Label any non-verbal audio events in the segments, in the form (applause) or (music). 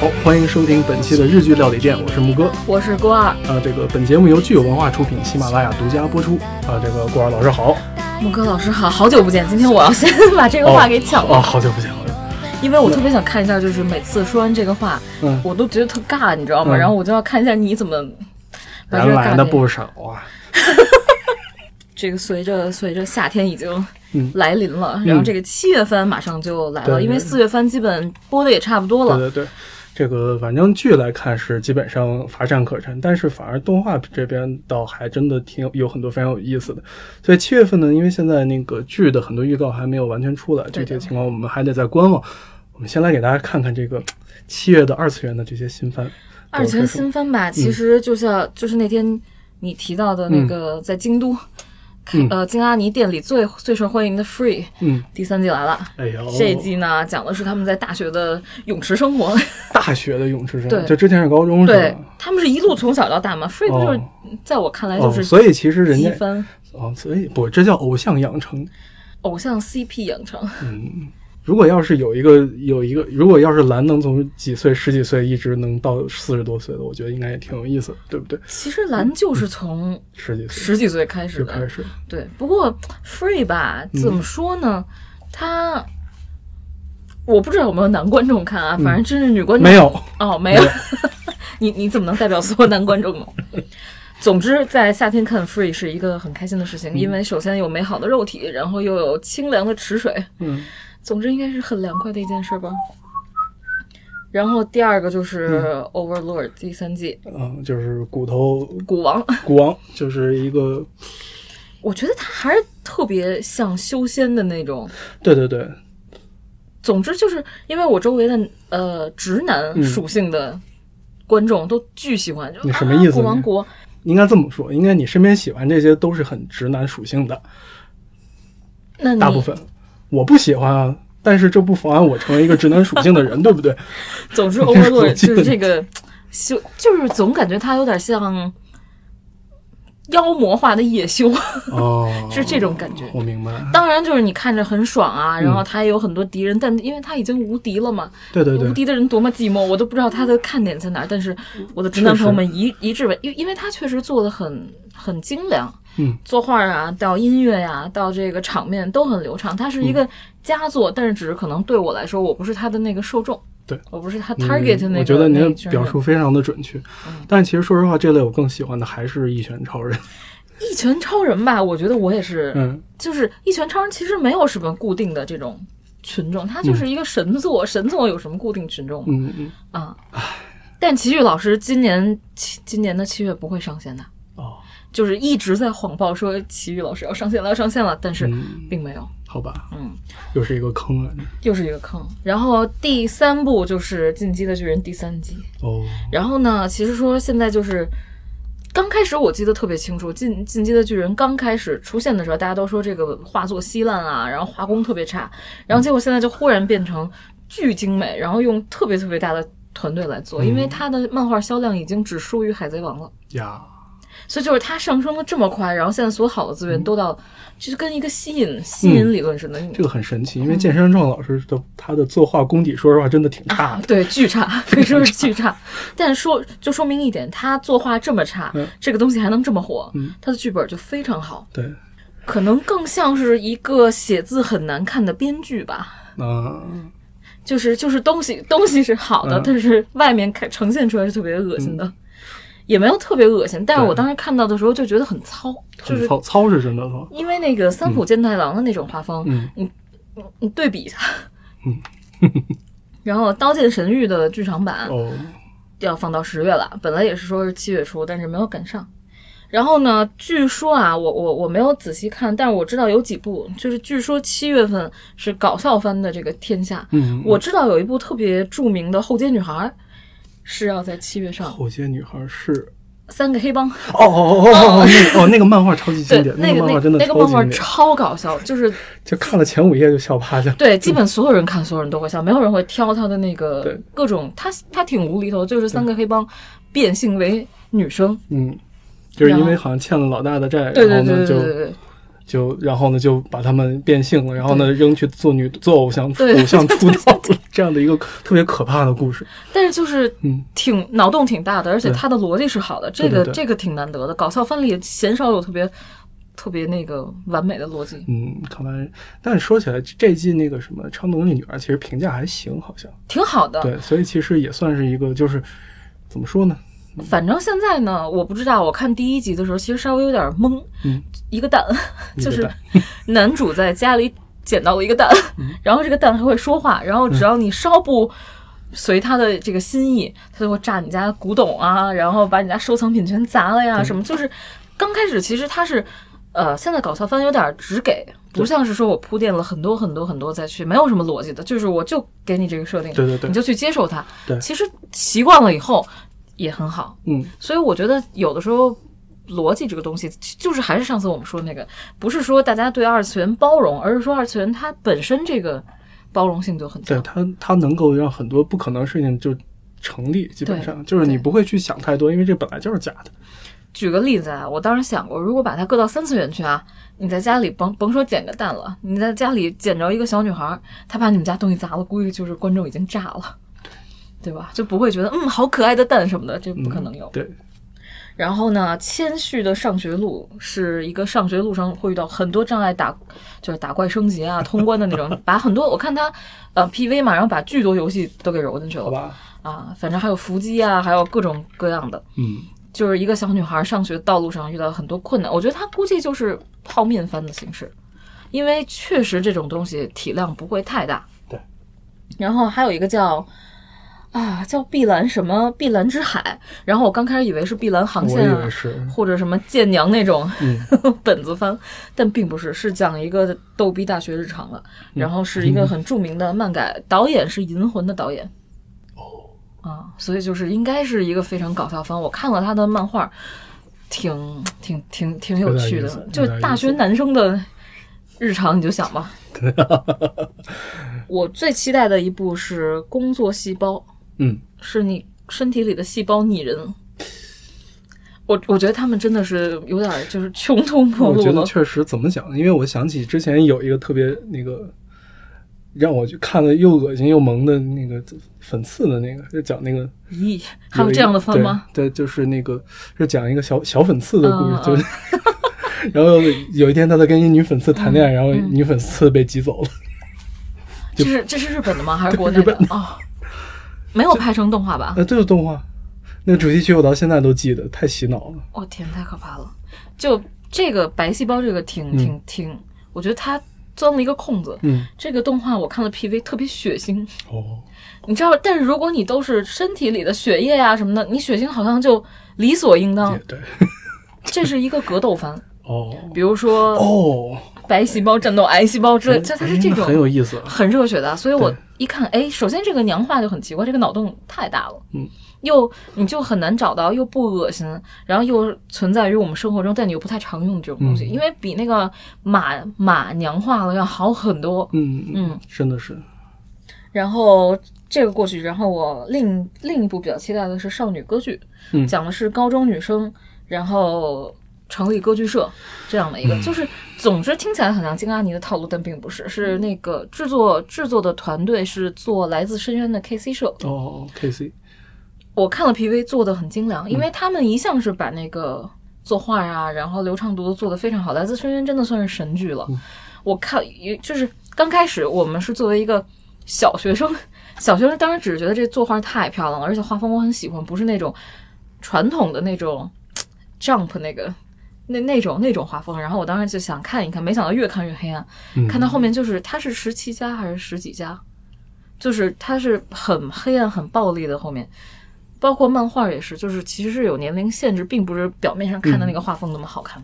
好，欢迎收听本期的日剧料理店，我是木哥。我是郭二，呃，这个本节目由具有文化出品，喜马拉雅独家播出。啊、这个郭二老师好。木哥老师好，好久不见。今天我要先把这个哦话给抢了，哦，好久不见，好久。因为我特别想看一下，就是每次说完这个话，嗯，我都觉得特尬，你知道吗？嗯然后我就要看一下你怎么把这人个来尬的给不少啊。这个随着随着夏天已经嗯来临了，然后这个七月番马上就来对了，对因为对四月番基本播的也差不多对了。对对，这个反正剧来看是基本上乏善可陈，但是反而动画这边倒还真的挺有有很多非常有意思的。所以七月份呢，因为现在那个剧的很多预告还没有完全出来，具对的体情况我们还得再观望。我们先来给大家看看这个七月的二次元的这些新番。二泉新番嗯吧，其实就像、就是那天你提到的那个在京都，嗯呃，京阿尼店里最最受欢迎的 Free 嗯，第三季来了。哎呦，这一季呢，讲的是他们在大学的泳池生哦活。大学的泳池生，对就之前是高中是 (laughs) 对吧？他们是一路从小到大嘛，free 不就是哦在我看来哦就，是所以其实人积家分哦，所以不，这叫偶像养成。偶像 CP 养成。如果要是有一个有一个，如果要是蓝能从几岁十几岁一直能到四十多岁的，我觉得应该也挺有意思的，对不对？其实蓝就是从十几岁十几岁开始就开的，始，嗯对。不过 free 吧，怎么说呢？他我不知道有没有男观众看啊，反正真是女观众没有哦，没有。 (laughs) 你你怎么能代表所有男观众呢？ (laughs) 总之，在夏天看 Free 是一个很开心的事情，因嗯为首先有美好的肉体，然后又有清凉的池水，嗯，总之应该是很凉快的一件事吧。然后第二个就是 Overlord 第三季嗯，就是骨头古王，骨王，就是一个，我觉得他还是特别像修仙的那种。对对对，总之就是因为我周围的呃直嗯男属性的观众都巨喜欢，就你什么意思啊、古你王国应该这么说，应该你身边喜欢这些都是很直男属性的，那你大部分我不喜欢啊，但是这不妨碍我成为一个直男属性的人，对不对？总之这是 Overlord (laughs) 我记就得是这个修，就是总感觉他有点像妖魔化的夜修， (laughs) (laughs) 哦，是这种嗯感觉。我明白，当然，就是你看着很爽啊，然嗯后他也有很多敌人，但因为他已经无敌了嘛，对对对无，敌的人多么寂寞，我都不知道他的看点在哪儿。但是我的直男确实朋友们一一致为，因为因为他确实做的很很精良，嗯，作画啊，到音乐呀、到这个场面都很流畅。他是一嗯个佳作，但是只是可能对我来说，我不是他的那个受众，对我不是他嗯 target 那个。我觉得您那嗯一的群表人述非常的准确，但其实说实话，这类我更喜欢的还是《一拳超人》。一拳超人吧，我觉得我也是，嗯，就是一拳超人其实没有什么固定的这种群众，他就是一个神作，神作有什么固定群众吗嗯嗯啊？但齐豫老师今年七今年的七月不会上线的，哦，就是一直在谎报说齐豫老师要上线了，要上线了，但是嗯并没有，好吧，嗯，又是一个坑啊！又是一个坑。然后第三部就是《进击的巨人》第三集，哦，然后呢，其实说现在就是刚开始，我记得特别清楚，《进进击的巨人》刚开始出现的时候，大家都说这个画作稀烂啊，然后画工特别差，然后结果现在就忽然变成巨精美，然后用特别特别大的团队来做，因为它的漫画销量已经只输于《海贼王》了。呀，所以就是它上升的这么快，然后现在所有好的资源都到，就是跟一个吸引吸引理论似的，你这个很神奇，因为剑山壮老师的他的作画功底，说实话真的挺差 (laughs) 的。对，巨差，可以说是巨差。但说就说明一点，他作画这么差，嗯这个东西还能这么火，嗯他的剧本就非常好，对，可能更像是一个写字很难看的编剧吧。嗯、就是就是东西东西是好的，嗯但是外面看呈现出来是特别恶心的，也没有特别恶心。但是对我当时看到的时候就觉得很糙，就很是啊糙糙是真的糙。因为那个三浦健太郎的那种画风，嗯你对比一下， (laughs) 然后《刀剑神域》的剧场版，哦，要放到十月了，本来也是说是七月初，但是没有赶上。然后呢，据说啊，我我我没有仔细看，但是我知道有几部，就是据说七月份是搞笑番的这个天下。嗯，我知道有一部特别著名的《后街女孩》，是要在七月上，后街嗯女孩是三个黑帮。哦哦哦哦哦，那个哦那个漫画超级啊对经典，，那个个漫画那真的那个超漫级画经典，超搞笑， (laughs) 就是就看了前五页就笑趴下。对，基本所有人看，所有人都会笑，没有人会挑他的那个对各种，他他挺无厘头，就是三个黑帮变性为女生，嗯，就是因然为后好像欠了老大的债，对然对后呢对对就对对，就然后呢就把他们变性了，然后呢扔去做女做偶像对偶像出道了，这样的一个特别可怕的故 (laughs) 事。但是就是嗯挺脑洞挺大的，而且对它的逻辑是好的，这对对个对这个挺难得的。搞笑番里鲜少有特别特别那个完美的逻辑。嗯，看来但是说起来这季那个什么《超能力女儿》其实评价还行，好像挺好的。对，所以其实也算是一个就是怎么说呢？反正现在呢，我不知道，我看第一集的时候，其实稍微有点懵，嗯一个蛋，一就个是蛋男主在家里捡到了一个蛋，嗯 (laughs) 然后这个蛋还会说话，然后只要你稍不随他的这个心意，他就会炸你家古董啊，然后把你家收藏品全砸了呀，什么就是刚开始其实他是。呃，现在搞笑番有点只给，不像是说我铺垫了很多很多很多再去，没有什么逻辑的，就是我就给你这个设定，对对对你就去接受它。对其实习惯了以后也很好。嗯，所以我觉得有的时候逻辑这个东西，就是还是上次我们说那个，不是说大家对二次元包容，而是说二次元它本身这个包容性就很对强。它它能够让很多不可能事情就成立，基本对上就是你对不会去想太多，因为这本来就是假的。举个例子啊，我当时想过，如果把它搁到三次元去啊，你在家里甭甭说捡个蛋了，你在家里捡着一个小女孩，她把你们家东西砸了，估计就是观众已经炸了。对吧？就不会觉得嗯，好可爱的蛋什么的，这不可能有。嗯对，然后呢，谦虚的上学路是一个上学路上会遇到很多障碍打，就是打怪升级啊、通关的那种，把很多我看他呃 PV 嘛，然后把巨多游戏都给揉进去好了吧，啊，反正还有伏击啊，还有各种各样的，嗯，就是一个小女孩上学道路上遇到很多困难，我觉得她估计就是泡面番的形式，因为确实这种东西体量不会太大。对。然后还有一个叫啊叫碧蓝什么碧蓝之海，然后我刚开始以为是碧蓝航我线以啊为，是，或者什么舰娘那种、嗯 (laughs) 本子番，但并不是，是讲一个逗逼大学日常了。嗯然后是一个很著名的漫改，导演是《银魂》的导演。哦，啊，所以就是应该是一个非常搞笑番。我看了他的漫画，挺挺挺挺有趣有点意的思，就有点意思大学男生的日常，你就想吧。我最期待的一部是《工作细胞》。 (laughs) 嗯，是你身体里的细胞拟人。我我觉得他们真的是有点就是穷途末我路觉得了。确实怎么讲呢？因为我想起之前有一个特别那个让我就看了又恶心又萌的那个粉刺的那个，就讲那个咦，还有一这样的番吗？？对，对就是那个是讲一个小小粉刺的故事，嗯就是 (laughs) 然后有一天他在跟一女粉刺谈恋爱，然后女粉刺被挤走了。 (laughs) 这是这是日本的吗？还是国内对的日？哦，没有拍成动画吧？呃，这是动画，那个主题曲我到现在都记得，太洗脑了。我、哦天，太可怕了！就这个白细胞这个挺挺挺，我觉得它钻了一个空子。嗯，这个动画我看了 PV 特别血腥，哦，你知道？但是如果你都是身体里的血液啊什么的，你血腥好像就理所应当也。 (laughs) 对，这是一个格斗番，哦，比如说哦，白细胞战斗癌细胞之类，就它是这哎那很种有意思啊。很热血的，所以我对一看，哎，首先这个娘化就很奇怪，这个脑洞太大了，嗯，又你就很难找到，又不恶心，然后又存在于我们生活中，但你又不太常用这种东西，嗯因为比那个马马娘化了要好很多，嗯嗯，真的是，然后这个过去，然后我另另一部比较期待的是少女歌剧，嗯讲的是高中女生，然后成立歌剧社这样的一个，就是总之听起来很像金阿尼的套路，但并不是，是那个制作制作的团队是做来自深渊的 KC 社，哦，K C，我看了 PV 做的很精良，因为他们一向是把那个作画呀、然后流畅度做的非常好，《来自深渊》真的算是神剧了。我看也就是刚开始我们是作为一个小学生， (laughs) 小学生当时只是觉得这作画太漂亮了，而且画风我很喜欢，不是那种传统的那种 Jump 那个。那那种那种画风，然后我当时就想看一看，没想到越看越黑暗，嗯看到后面就是它是十七家还是十几家，就是它是很黑暗、很暴力的。后面包括漫画也是，就是其实是有年龄限制，并不是表面上看的那个画风那么好嗯看。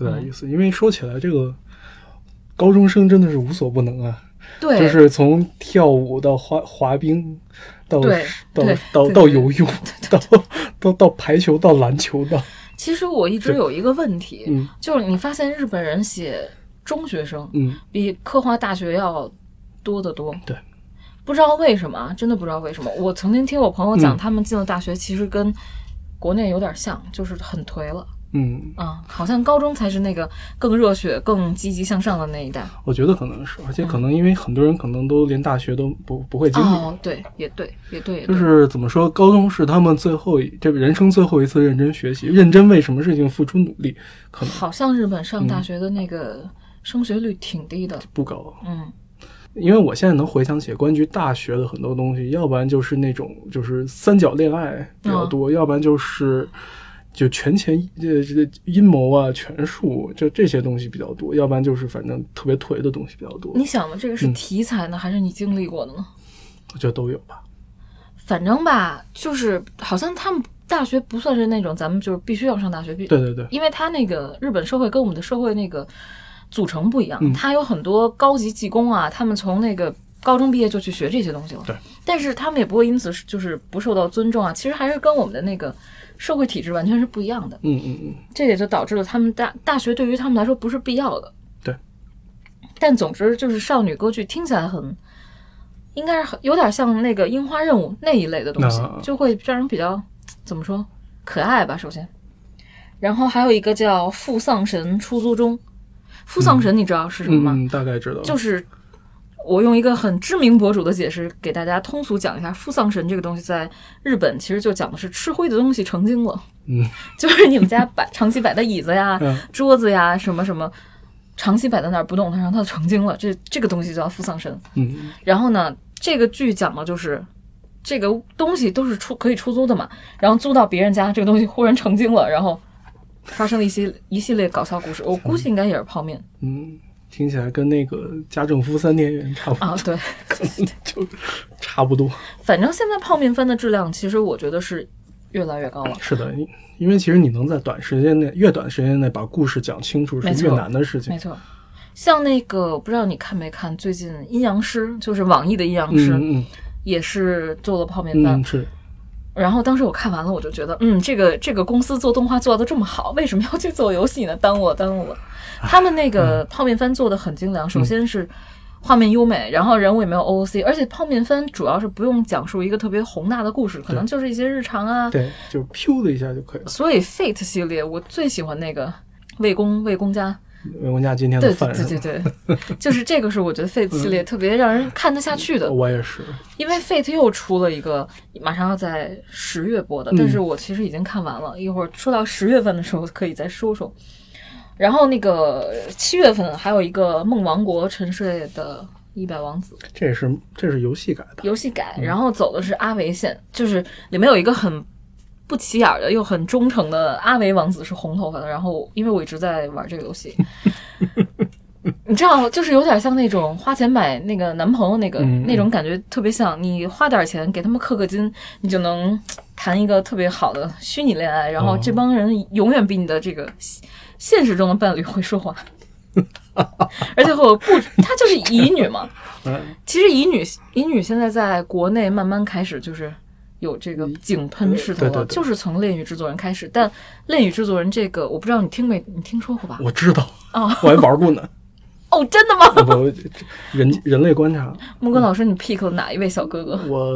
有点意思。因为说起来，这个高中生真的是无所不能啊，对，就是从跳舞到滑滑冰，到对到对到对到对游泳，到 (laughs) 到到排球，到篮球，到其实我一直有一个问题，嗯就是你发现日本人写中学生嗯，比刻画大学要多得多。对。不知道为什么啊，真的不知道为什么。我曾经听我朋友嗯讲，他们进了大学，其实跟国内有点像，就是很颓了。嗯，啊，好像高中才是那个更热血、更积极向上的那一代。我觉得可能是，而嗯且可能因为很多人可能都连大学都不不会经历，哦，对，也对，也对，也就对是怎么说，高中是他们最后一这个人生最后一次认真学习，认真为什么事情付出努力，可能好像日本上大学的那个升学率挺低的。不高。嗯，因为我现在能回想起关于大学的很多东西，要不然就是那种就是三角恋爱比较嗯多，要不然就是就权钱呃这个阴谋啊、权术，就这些东西比较多，要不然就是反正特别颓的东西比较多，你想吧，这个是题材呢，还是你经历过的呢？嗯我觉得都有吧。嗯反正吧，就是好像他们大学不算是那种咱们就是必须要上大学，必对对对，因为他那个日本社会跟我们的社会那个组成不一样，嗯他有很多高级技工啊，他们从那个高中毕业就去学这些东西了。对，但是他们也不会因此就是不受到尊重啊，其实还是跟我们的那个社会体制完全是不一样的，嗯嗯嗯，这也就导致了他们大大学对于他们来说不是必要的。对，但总之就是少女歌剧听起来很。应该是很有点像那个樱花任务那一类的东西啊，就会让人比较怎么说可爱吧。首先，然后还有一个叫《富丧神出租中》，富丧神你知道是什么吗？嗯嗯，大概知道。就是我用一个很知名博主的解释给大家通俗讲一下，富丧神这个东西在日本其实就讲的是吃灰的东西成精了，嗯，就是你们家摆长期摆的椅子呀、嗯桌子呀什么什么。长期摆在那儿不动，它让它成精了，这这个东西叫富丧神。嗯然后呢，这个剧讲的就是这个东西都是出可以出租的嘛，然后租到别人家，这个东西忽然成精了，然后发生了一些一系列搞笑故事。我估计应该也是泡面嗯，听起来跟那个家政夫三田园差不多，啊，对，就差不多。反正现在泡面番的质量其实我觉得是越来越高了。是的，因为其实你能在短时间内，越短时间内把故事讲清楚是没错越难的事情没。错，像那个我不知道你看没看，最近《阴阳师》就是网易的《阴阳师》嗯嗯也是做了泡面嗯番，嗯，是然后当时我看完了，我就觉得，嗯，这个这个公司做动画做的这么好，为什么要去做游戏呢？耽误我，耽误啊我。他们那嗯个泡面番做的很精良，首先是画面优美，然后人物也没有 OOC，而且泡面番主要是不用讲述一个特别宏大的故事，可能就是一些日常 (laughs) 啊。对，就飘的一下就可以了。所以 Fate 系列我最喜欢那个魏公魏公家，魏文家今天对的对饭是对对对，就是这个是我觉得 Fate 系列特别让人看得下去的吧，，我也是。因为 Fate 又出了一个马上要在十月播的，嗯但是我其实已经看完了，一会儿说到十月份的时候可以再说说。然后那个七月份还有一个《梦王国沉睡的一百王子》这也是这是游戏改的，游戏改，嗯然后走的是阿维线，就是里面有一个很不起眼儿的又很忠诚的阿维王子是红头发的。然后因为我一直在玩这个 (laughs) 游戏，你知道，就是有点像那种花钱买那个男朋友那个、嗯嗯那种感觉，特别像你花点钱给他们氪个金，你就能谈一个特别好的虚拟恋爱。然后哦这帮人永远比你的这个现现实中的伴侣会说话。而且会有不，她就是乙女嘛， (laughs) 嗯，其实乙女乙女现在在国内慢慢开始就是有这个井喷势头了，对对对就是从《恋与制作人》开始。但《恋与制作人》这个我不知道你听没，你听说过吧？我知道，哦我还玩过呢。哦，真的吗？我人人类观察，木根老师，你 pick 了哪一位小哥哥？我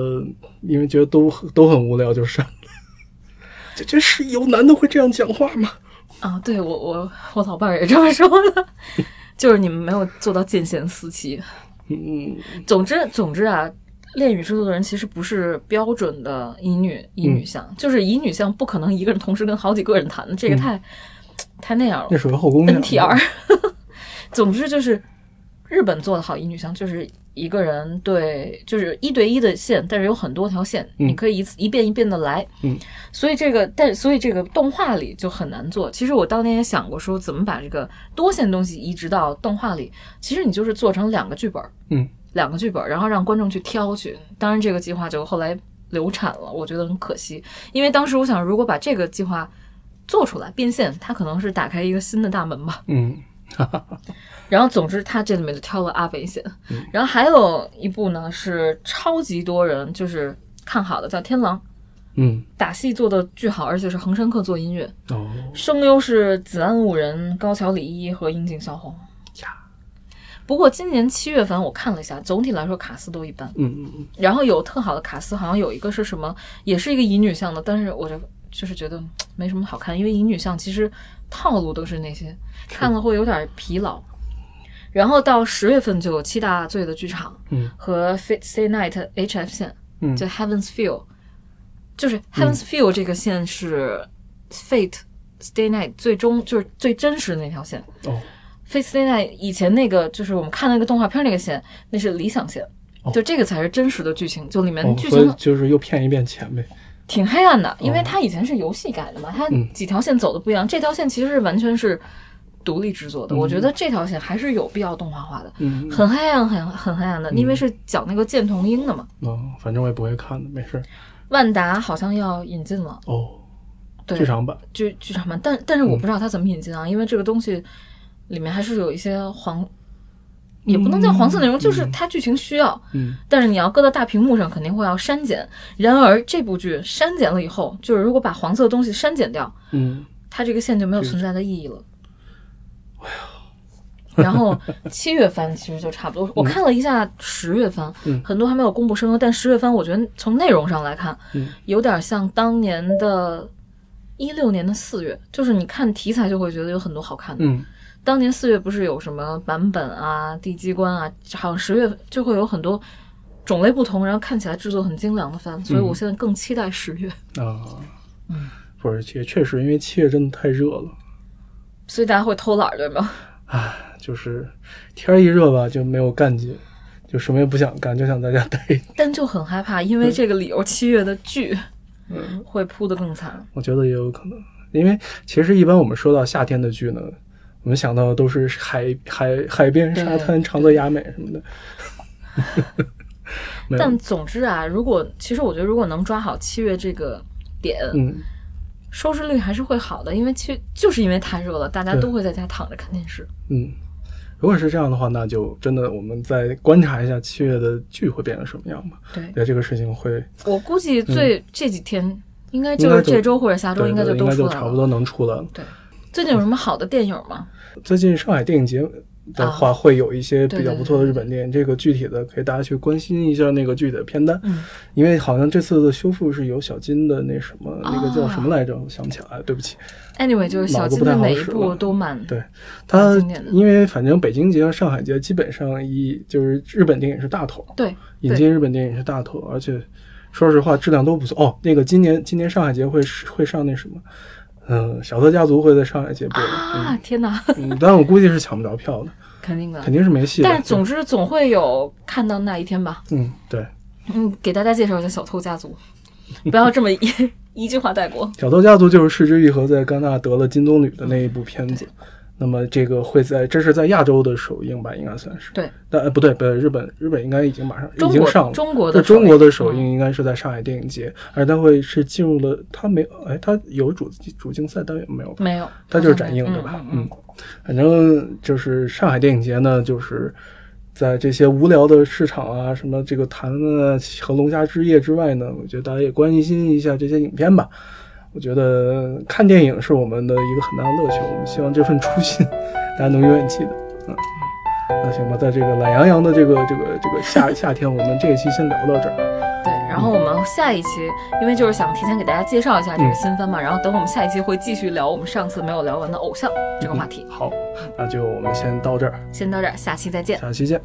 因为觉得都都很无聊，就是。 (laughs) 这这是有男的会这样讲话吗？啊，对我我我老伴儿也这么说的， (laughs) 就是你们没有做到见贤思齐。嗯，总之总之啊，恋与制作人其实不是标准的乙女乙女向，就是乙女向不可能一个人同时跟好几个人谈的，这个太、太那样了那。属于后宫 NTR。总 (laughs) 之就是日本做的好，乙女香就是一个人对，就是一对一的线，但是有很多条线，嗯你可以一次一遍一遍的来。嗯，所以这个但所以这个动画里就很难做。其实我当年也想过说怎么把这个多线东西移植到动画里，其实你就是做成两个剧本，嗯，两个剧本，然后让观众去挑去。当然这个计划就后来。流产了，我觉得很可惜，因为当时我想，如果把这个计划做出来变现，它可能是打开一个新的大门吧。嗯，然后总之他这里面就挑了阿维线，然后还有一部呢是超级多人就是看好的，叫《天狼》，嗯，打戏做的巨好，而且是恒山克做音乐，哦，声优是子安五人、高桥李依和樱井孝宏。呀不过今年七月份我看了一下，总体来说卡斯都一般，嗯嗯然后有特好的卡斯，好像有一个是什么，也是一个乙女向的，但是我就就是觉得嗯没什么好看，因为乙女向其实套路都是那些，看了会有点疲劳。然后到十月份就有七大罪的剧场，嗯，和 Fit Stay Night HF 线，嗯就 Heaven's Feel，就是 Heaven's Feel 这个线是 Fate Stay Night 最终就是最真实的那条线。哦 Fate Stay Night 以前那个就是我们看那个动画片那个线，那是理想线。哦就这个才是真实的剧情，就里面哦，剧所以情就是又骗一遍钱呗。挺黑暗的，因为它以前是游戏改的嘛，它嗯几条线走的不一样，这条线其实是完全是独立制作的。我觉得这条线还是有必要动画化的，嗯，很黑暗，很很黑暗的，因为是讲那个剑童鹰的嘛。哦，反正我也不会看的，没事儿。万达好像要引进了，哦，对剧场版剧剧场版，但但是我嗯不知道它怎么引进啊，因为这个东西里面还是有一些黄，也不能叫黄色内容，就是它剧情需要，嗯，但是你要搁到大屏幕上，肯定会要删减。然而这部剧删减了以后，就是如果把黄色的东西删减掉，嗯，它这个线就没有存在的意义了。哎然后七月番其实就差不多，我看了一下十月番，嗯很多还没有公布声优，但十月番我觉得从内容上来看，嗯有点像当年的，一六年的四月，就是你看题材就会觉得有很多好看的。嗯当年四月不是有什么版本啊、地机关啊，好像十月就会有很多种类不同，然后看起来制作很精良的番，所以嗯我现在更期待十月。啊，嗯不是，也确实，因为七月真的太热了。所以大家会偷懒儿对吗？ (laughs) 唉，就是天儿一热吧，就没有干劲，就什么也不想干，就想在家待。但就很害怕，因为这个理由，七月的剧嗯会扑得更惨。我觉得也有可能，因为其实一般我们说到夏天的剧呢，我们想到的都是海海海边、对沙滩、长泽雅美什 (laughs) 么的。没有但总之啊，如果其实我觉得，如果能抓好七月这个点，嗯，收视率还是会好的，因为七就是因为太热了，大家对都会在家躺着看电视。嗯，如果是这样的话，那就真的我们再观察一下七月的剧会变成什么样吧。对对这个事情会，我估计最、这几天应该应就该是就这周或者下周对应该对都应该出就来差不了。多能出来了。对，最近有什么好的电影吗？最近上海电影节啊的话，会有一些比较不错的日本电影。这个具体的可以大家去关心一下那个具体的片单，嗯因为好像这次的修复是有小金的那什么，那个叫什么啊来着？我想不起来，对不起。 ，anyway，就是小脑子金不太的好每一使部了都蛮对他啊经典的因为反正北京节和上海节基本上一就是日本电影是大头，对引进日本电影是大头，而且说实话质量都不错。哦，那个今年今年上海节会会上那什么，嗯，《小偷家族》会在上海节播的，啊，天哪，嗯，但我估计是抢不着票的，肯定的肯。定是没戏的。但是总之总会有看到那一天吧。嗯，对。嗯，给大家介绍一下小偷家族，不要这么一 (laughs) 一句话带过。 《小偷家族》就是市之愈合在戛纳得了金棕榈的那一部片子。那么这个会在这是在亚洲的首映吧，应该算是。对，但呃不对，不对，日本日本应该已经马上已中经国上了。中国对的中国的首首映嗯映应该是在上海电影节，而它会是进入了它没哎它有主主竞赛单元没有吧？没有，它就是展映好像对没有吧？嗯，，反正就是上海电影节呢，就是在这些无聊的市场啊，什么这个谈论啊和龙虾之夜之外呢，我觉得大家也关心一下这些影片吧。我觉得看电影是我们的一个很大的乐趣，我们希望这份初心大家能永远记得。嗯，那行吧，在这个懒洋洋的这个这个这个夏夏天，我们这一期先聊到这儿。对。然后我们下一期，因为就是想提前给大家介绍一下这嗯个新番嘛，然后等我们下一期会继续聊我们上次没有聊完的偶像这个话题。好，那就我们先到这儿，先到这儿，下期再见。下期见。